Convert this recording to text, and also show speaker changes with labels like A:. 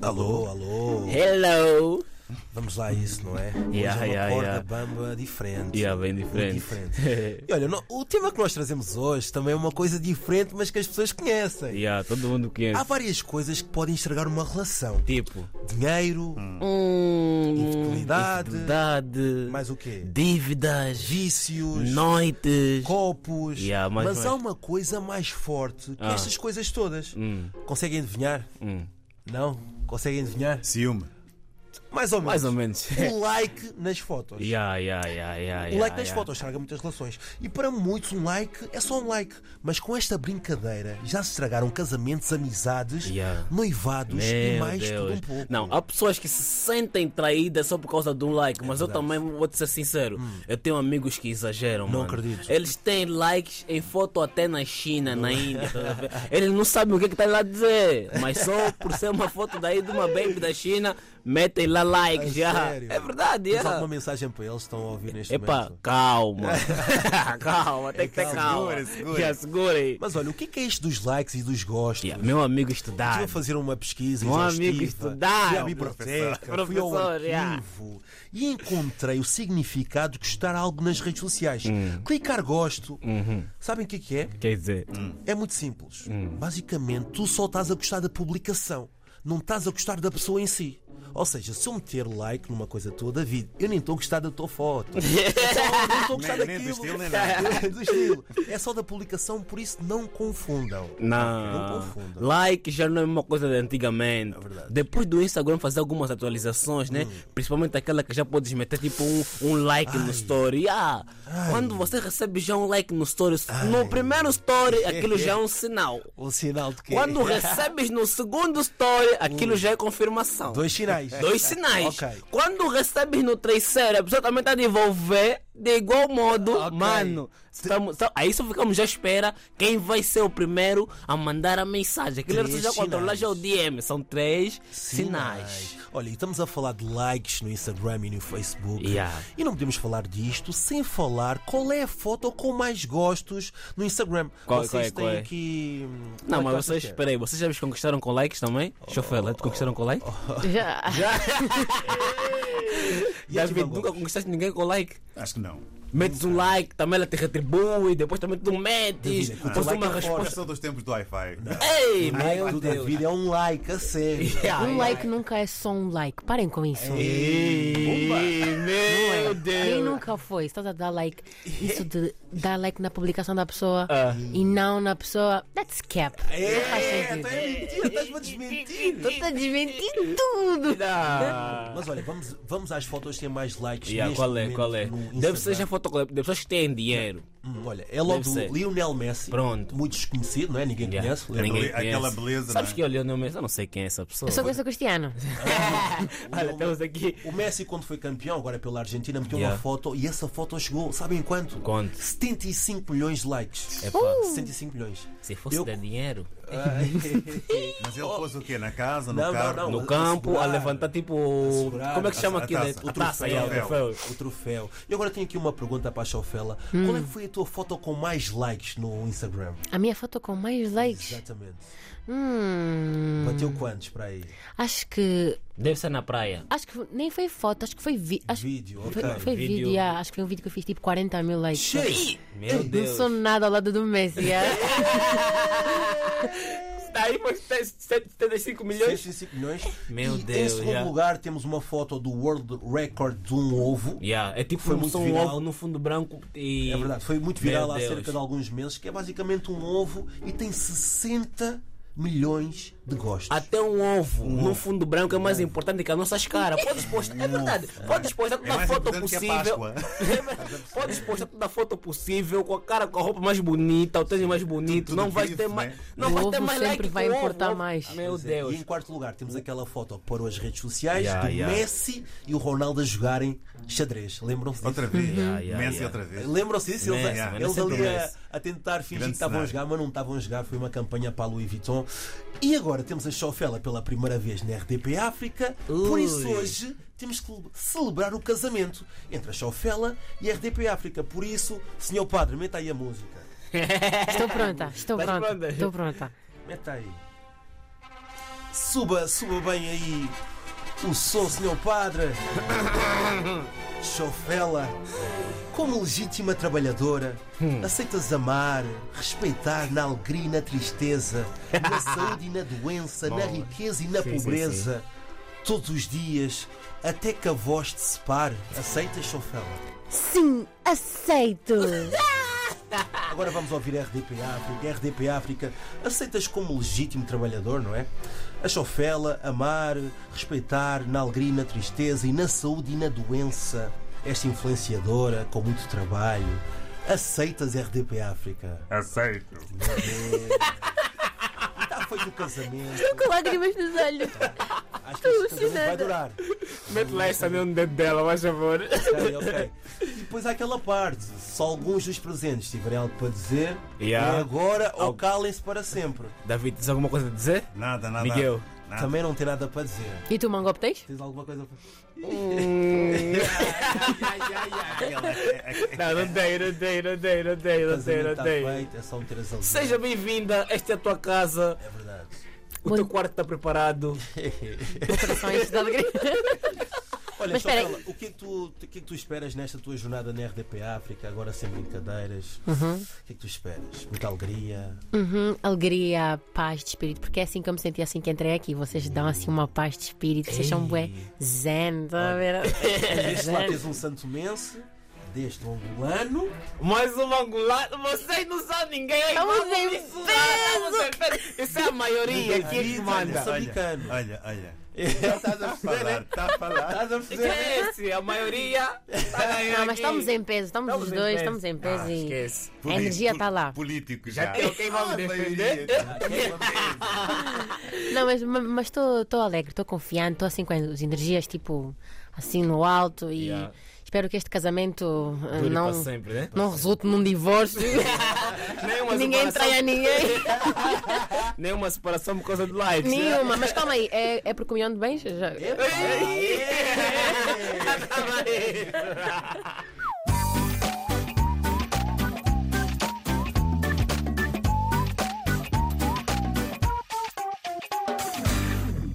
A: Alô, alô.
B: Hello!
A: Vamos lá a isso, não é? Hoje é
B: Yeah,
A: uma
B: yeah,
A: corda
B: yeah.
A: bamba diferente.
B: Yeah, bem diferente.
A: Muito diferente. E olha, no- o tema que nós trazemos hoje também é uma coisa diferente, mas que as pessoas conhecem.
B: Yeah, todo mundo conhece.
A: Há várias coisas que podem estragar uma relação.
B: Tipo,
A: Dinheiro,
B: hum,
A: infidelidade,
B: infidelidade,
A: mais o quê?
B: dívidas,
A: Vícios,
B: noites.
A: copos.
B: Yeah, mais-
A: mas há
B: mais.
A: uma coisa mais forte que
B: Ah.
A: estas coisas todas.
B: Hum,
A: Conseguem adivinhar?
B: hum.
A: Não? Conseguem adivinhar?
C: Ciúme.
A: Mais ou menos.
B: Mais ou menos.
A: O like nas fotos.
B: yeah, yeah, yeah, yeah,
A: O like
B: yeah,
A: nas
B: yeah.
A: fotos estraga muitas relações. E para muitos, um like é só um like. Mas com esta brincadeira já se estragaram casamentos, amizades,
B: Yeah.
A: noivados e
B: Meu
A: mais tudo
B: Deus.
A: um pouco.
B: Não, há pessoas que se sentem traídas só por causa de um like,
A: É
B: mas eu também vou te ser sincero. Eu tenho amigos que exageram,
A: Hum. Não
B: mano.
A: acredito.
B: Eles têm likes em foto até na China, na Índia. estás a ver? Eles não sabem o que é que está lá a dizer, mas só por ser uma foto daí de uma baby da China, metem lá
A: A
B: likes já.
A: sério?
B: É verdade,
A: Tens
B: yeah.
A: alguma mensagem para eles que estão a ouvir neste
B: Epá,
A: momento?
B: calma. calma, tem que ter
A: Segura,
B: calma.
C: segura.
B: Yeah, segura aí.
A: Mas olha, o que é que é isto dos likes e dos gostos?
B: Yeah, meu amigo
A: Estive a
B: estudado.
A: fazer uma pesquisa
B: Meu amigo
A: exaustiva,
B: estudado.
A: fui à biblioteca, fui ao
B: Professor, yeah.
A: arquivo e encontrei o significado de gostar algo nas redes sociais.
B: Hum.
A: Clicar gosto.
B: Uhum.
A: Sabem o que é que é?
B: Quer dizer,
A: É muito simples. Basicamente, tu só estás a gostar da publicação, não estás a gostar da pessoa em si. Ou seja, se eu meter like numa coisa tua, David, eu nem estou a gostar da tua foto. Eu só- não estou a gostar
C: Nem- nem do
A: daquilo.
C: estilo, nem nada.
A: Do estilo. É só da publicação, por isso não confundam. Não É
B: Não,
A: confundam.
B: like já não é uma coisa de antigamente. Depois do Instagram fazer algumas atualizações, né?
A: Hum.
B: Principalmente aquela que já podes meter tipo um, um like no story. Ah, quando você recebe já um like no story, no primeiro story, aquilo já é um sinal.
A: O sinal de quê?
B: Quando recebes no segundo story, aquilo já é confirmação.
A: Hum. Dois sinais.
B: Dois sinais.
A: Ok.
B: Quando recebes no terceiro, a pessoa também está a devolver de igual modo.
A: Ok.
B: Mano, estamos, só- aí só ficamos já à espera quem vai ser o primeiro a mandar a mensagem. Aquilo
A: Três
B: você já controlar
A: sinais.
B: já é o DM. São três sinais.
A: Olha, e estamos a falar de likes no Instagram e no Facebook.
B: Yeah.
A: E não podemos falar disto sem falar qual é a foto com mais gostos no Instagram.
B: Qual-
A: vocês
B: qual é,
A: têm
B: qual é?
A: aqui.
B: Não,
A: qual é
B: mas
A: que achas
B: vocês,
A: que é?
B: espera aí, vocês já vos conquistaram com likes também? Chofela, te conquistaram com like?
D: Já.
A: E a
B: David,
A: Diva
B: nunca conquistaste ninguém com like?
C: Acho que não.
B: Metes um like, também ela te retribui, depois também tu metes,
A: David, o teu
B: depois
A: like
B: uma
A: é forte.
B: resposta.
C: Eu sou dos tempos do Wi-Fi.
B: Ei,
A: Like
B: meu
A: do
B: Deus.
A: David é um like a sério.
B: Yeah,
D: Um
B: yeah.
D: like nunca é só um like. Parem com isso.
B: Ei, meu
D: é.
A: É.
D: Quem
B: Deus.
D: nunca foi? Estás a dar like. Isso de dar like na publicação da pessoa
A: Ah.
D: e não na pessoa. That's cap. Não
A: tá
D: faz sentido.
A: mentira, estás-me É, a desmentir.
D: Estou a desmentir tudo.
B: Ah.
A: Mas olha, vamos, vamos às fotos que têm mais likes.
B: Yeah,
A: neste
B: qual é,
A: momento
B: qual é?
A: no
B: Deve
A: Instagram.
B: ser já foto de pessoas que têm dinheiro.
A: Hum, Olha, é logo
B: Deve
A: do
B: ser.
A: Lionel Messi.
B: Pronto.
A: Muito desconhecido, não é? Ninguém
B: Yeah.
A: conhece. lembra?
B: Ninguém
C: Aquela
B: conhece.
C: beleza,
B: Sabes
A: né?
C: não é?
B: que olhou no mesmo? Eu não sei quem é essa pessoa.
D: Eu sou conheço o Cristiano.
B: Olha, temos aqui.
A: O Messi, quando foi campeão, agora é pela Argentina, meteu uma
B: Yeah.
A: foto e essa foto chegou, sabem quanto?
B: Quanto?
A: 75 milhões de likes. Uh!
B: Epá,
A: 75 milhões.
B: Se fosse
A: Eu-
B: dar dinheiro.
C: Mas ele pôs o quê? Na casa, no
A: Não, não,
C: carro?
A: não.
B: No
A: a
B: campo, a
A: segurar.
B: levantar tipo.
A: segurar.
B: Como é que
A: A-
B: chama
C: a
B: aquilo?
C: taça.
B: A taça, yeah, o
C: Troféu.
B: troféu.
A: O troféu. E agora tenho aqui uma pergunta para a Chaufela. Qual é que foi a tua foto com mais likes no Instagram?
D: A minha foto com mais likes.
A: Exatamente.
D: Hum,
A: Bateu quantos para aí?
D: acho que.
B: Deve ser na praia.
D: Acho que nem foi foto, acho que foi vi- acho-
A: Vídeo,
D: Foi,
A: ok.
D: foi
B: Vídeo.
D: vídeo, yeah. acho que foi um vídeo que eu fiz tipo 40 mil likes.
A: Cheio!
B: Meu
D: Não
B: Deus.
D: sou nada ao lado do Messi. yeah.
B: Daí foi 75 milhões.
A: 65 milhões.
B: Meu
A: e Em
B: Deus,
A: segundo
B: já.
A: lugar, temos uma foto do World Record de um ovo.
B: Yeah, é tipo
A: Foi
B: um
A: muito
B: som
A: viral.
B: ovo no fundo branco e.
A: É verdade, foi muito viral
B: Meu
A: há
B: Deus.
A: cerca de alguns meses, que é basicamente um ovo e tem 60 milhões de gostos.
B: Até um ovo num fundo branco é mais importante que as nossas caras. Podes postar, é verdade. Podes postar
C: É
B: toda a
C: mais
B: foto
C: importante que a
B: possível. É
C: Páscoa.
B: Podes postar toda a é foto possível, com a cara, com a roupa mais bonita, o tênis mais bonito.
C: tudo
B: não vais ter
C: vivo,
B: mais.
C: né?
B: Não
D: O
B: vais ter
D: ovo
B: mais
D: sempre
B: like
D: vai
B: que o ovo.
D: importar mais.
B: Meu
A: Pois é, E
B: Deus.
A: em quarto lugar, temos aquela foto que parou as redes sociais
B: Yeah,
A: do
B: yeah.
A: Messi e o Ronaldo a jogarem xadrez. Lembram-se disso?
C: Outra vez.
B: Yeah, yeah,
C: Messi
B: yeah.
C: outra vez.
A: Lembram-se disso? Eles,
B: Messi,
A: a-
B: mano,
A: eles
B: sempre
A: ali a,
B: Messi.
A: a tentar fingir que
C: Grande
A: estavam a
C: cenário.
A: jogar, mas não estavam a jogar. Foi uma campanha para a Louis Vuitton. E agora temos a Chaufela pela primeira vez na RDP África. Por isso
B: Ui.
A: hoje temos que celebrar o casamento entre a Chaufela e a RDP África. Por isso, senhor padre, meta aí a música.
D: Estou pronta, estou
B: Estás
D: pronta,
B: pronta?
D: estou pronta.
A: Meta aí. Suba, suba bem aí o som, senhor padre. Chofela, como legítima trabalhadora,
B: Hum.
A: aceitas amar, respeitar na alegria e na tristeza, na saúde e na doença, na riqueza e na
B: Sim, sim,
A: pobreza, todos os dias, até que a voz te separe. Aceitas, Chofela?
D: Sim, aceito.
A: Agora vamos ouvir RDP África. RDP África, aceitas como legítimo trabalhador, não é? A chofela, amar, respeitar na alegria e na tristeza e na saúde e na doença. Esta influenciadora com muito trabalho. Aceitas RDP África?
C: Aceito.
A: Está feito o casamento.
D: Com lágrimas nos olhos.
A: Acho que este casamento vai
D: alucinada.
A: durar.
B: Mete lá essa no dedo dela, faz favor.
A: Ok, ok. E depois há aquela parte. Se alguns dos presentes tiverem algo para dizer,
B: Yeah.
A: é agora ou calem-se para sempre.
B: David, tens alguma coisa a dizer?
C: Nada, nada.
B: Miguel.
C: Nada.
A: Também não tem nada para dizer.
D: E tu, Mangop, tens?
A: Tens alguma coisa para
B: Hum.
C: é-
B: Não, não dei, não dei, não dei, não dei, não dei, não
A: Casamento tá
B: dei.
A: feito, é só meter as alegrias.
B: Seja bem-vinda, esta é a tua casa,
A: É verdade.
B: o
D: Bom-
B: teu quarto está preparado.
D: Operações de alegria.
A: Olha,
D: Mas
A: só
D: espera aí.
A: fala, o que, é que tu, o que é que tu esperas nesta tua jornada na RDP África, agora sem brincadeiras? O que é que tu esperas? Muita alegria?
D: Uhum, alegria, paz de espírito, porque é assim que eu me senti assim que entrei aqui. Vocês dão assim uma paz de espírito, vocês são bué zen, tá a ver?
A: Deste lá
D: Zen.
A: tens um santomense, deste um angolano.
B: Mais um angolano, vocês não são ninguém.
D: Estamos
B: vamos
D: em
B: misturar, estamos em peso. Isso é a maioria aqui que
C: Olha,
B: manda.
A: Moçambicano.
C: olha, olha.
A: Estás a
C: Falar, tá a falar.
A: Estás a
B: É esse, a maioria está ganhando.
D: Não, mas estamos em peso, estamos,
B: Estamos
D: os
B: em
D: dois,
B: peso.
D: estamos em peso
B: Ah,
D: e
B: esquece.
D: a energia está lá.
C: Político já.
B: Já tem quem vai me
C: Ah,
B: defender.
C: maioria.
D: Não, mas- mas estou alegre, estou confiante, estou assim com as energias tipo assim no alto e
B: Yeah.
D: espero que este casamento eh,
B: Dure
D: não,
B: para sempre, né?
D: não resulte num divórcio.
B: Nem uma
D: ninguém
B: separação-
D: traia ninguém.
B: nem uma separação por causa de likes. né?
D: Nenhuma, mas calma aí, é, é por
B: é,
D: comunhão de bens? Já-
A: Epá, é.
B: Tá bem.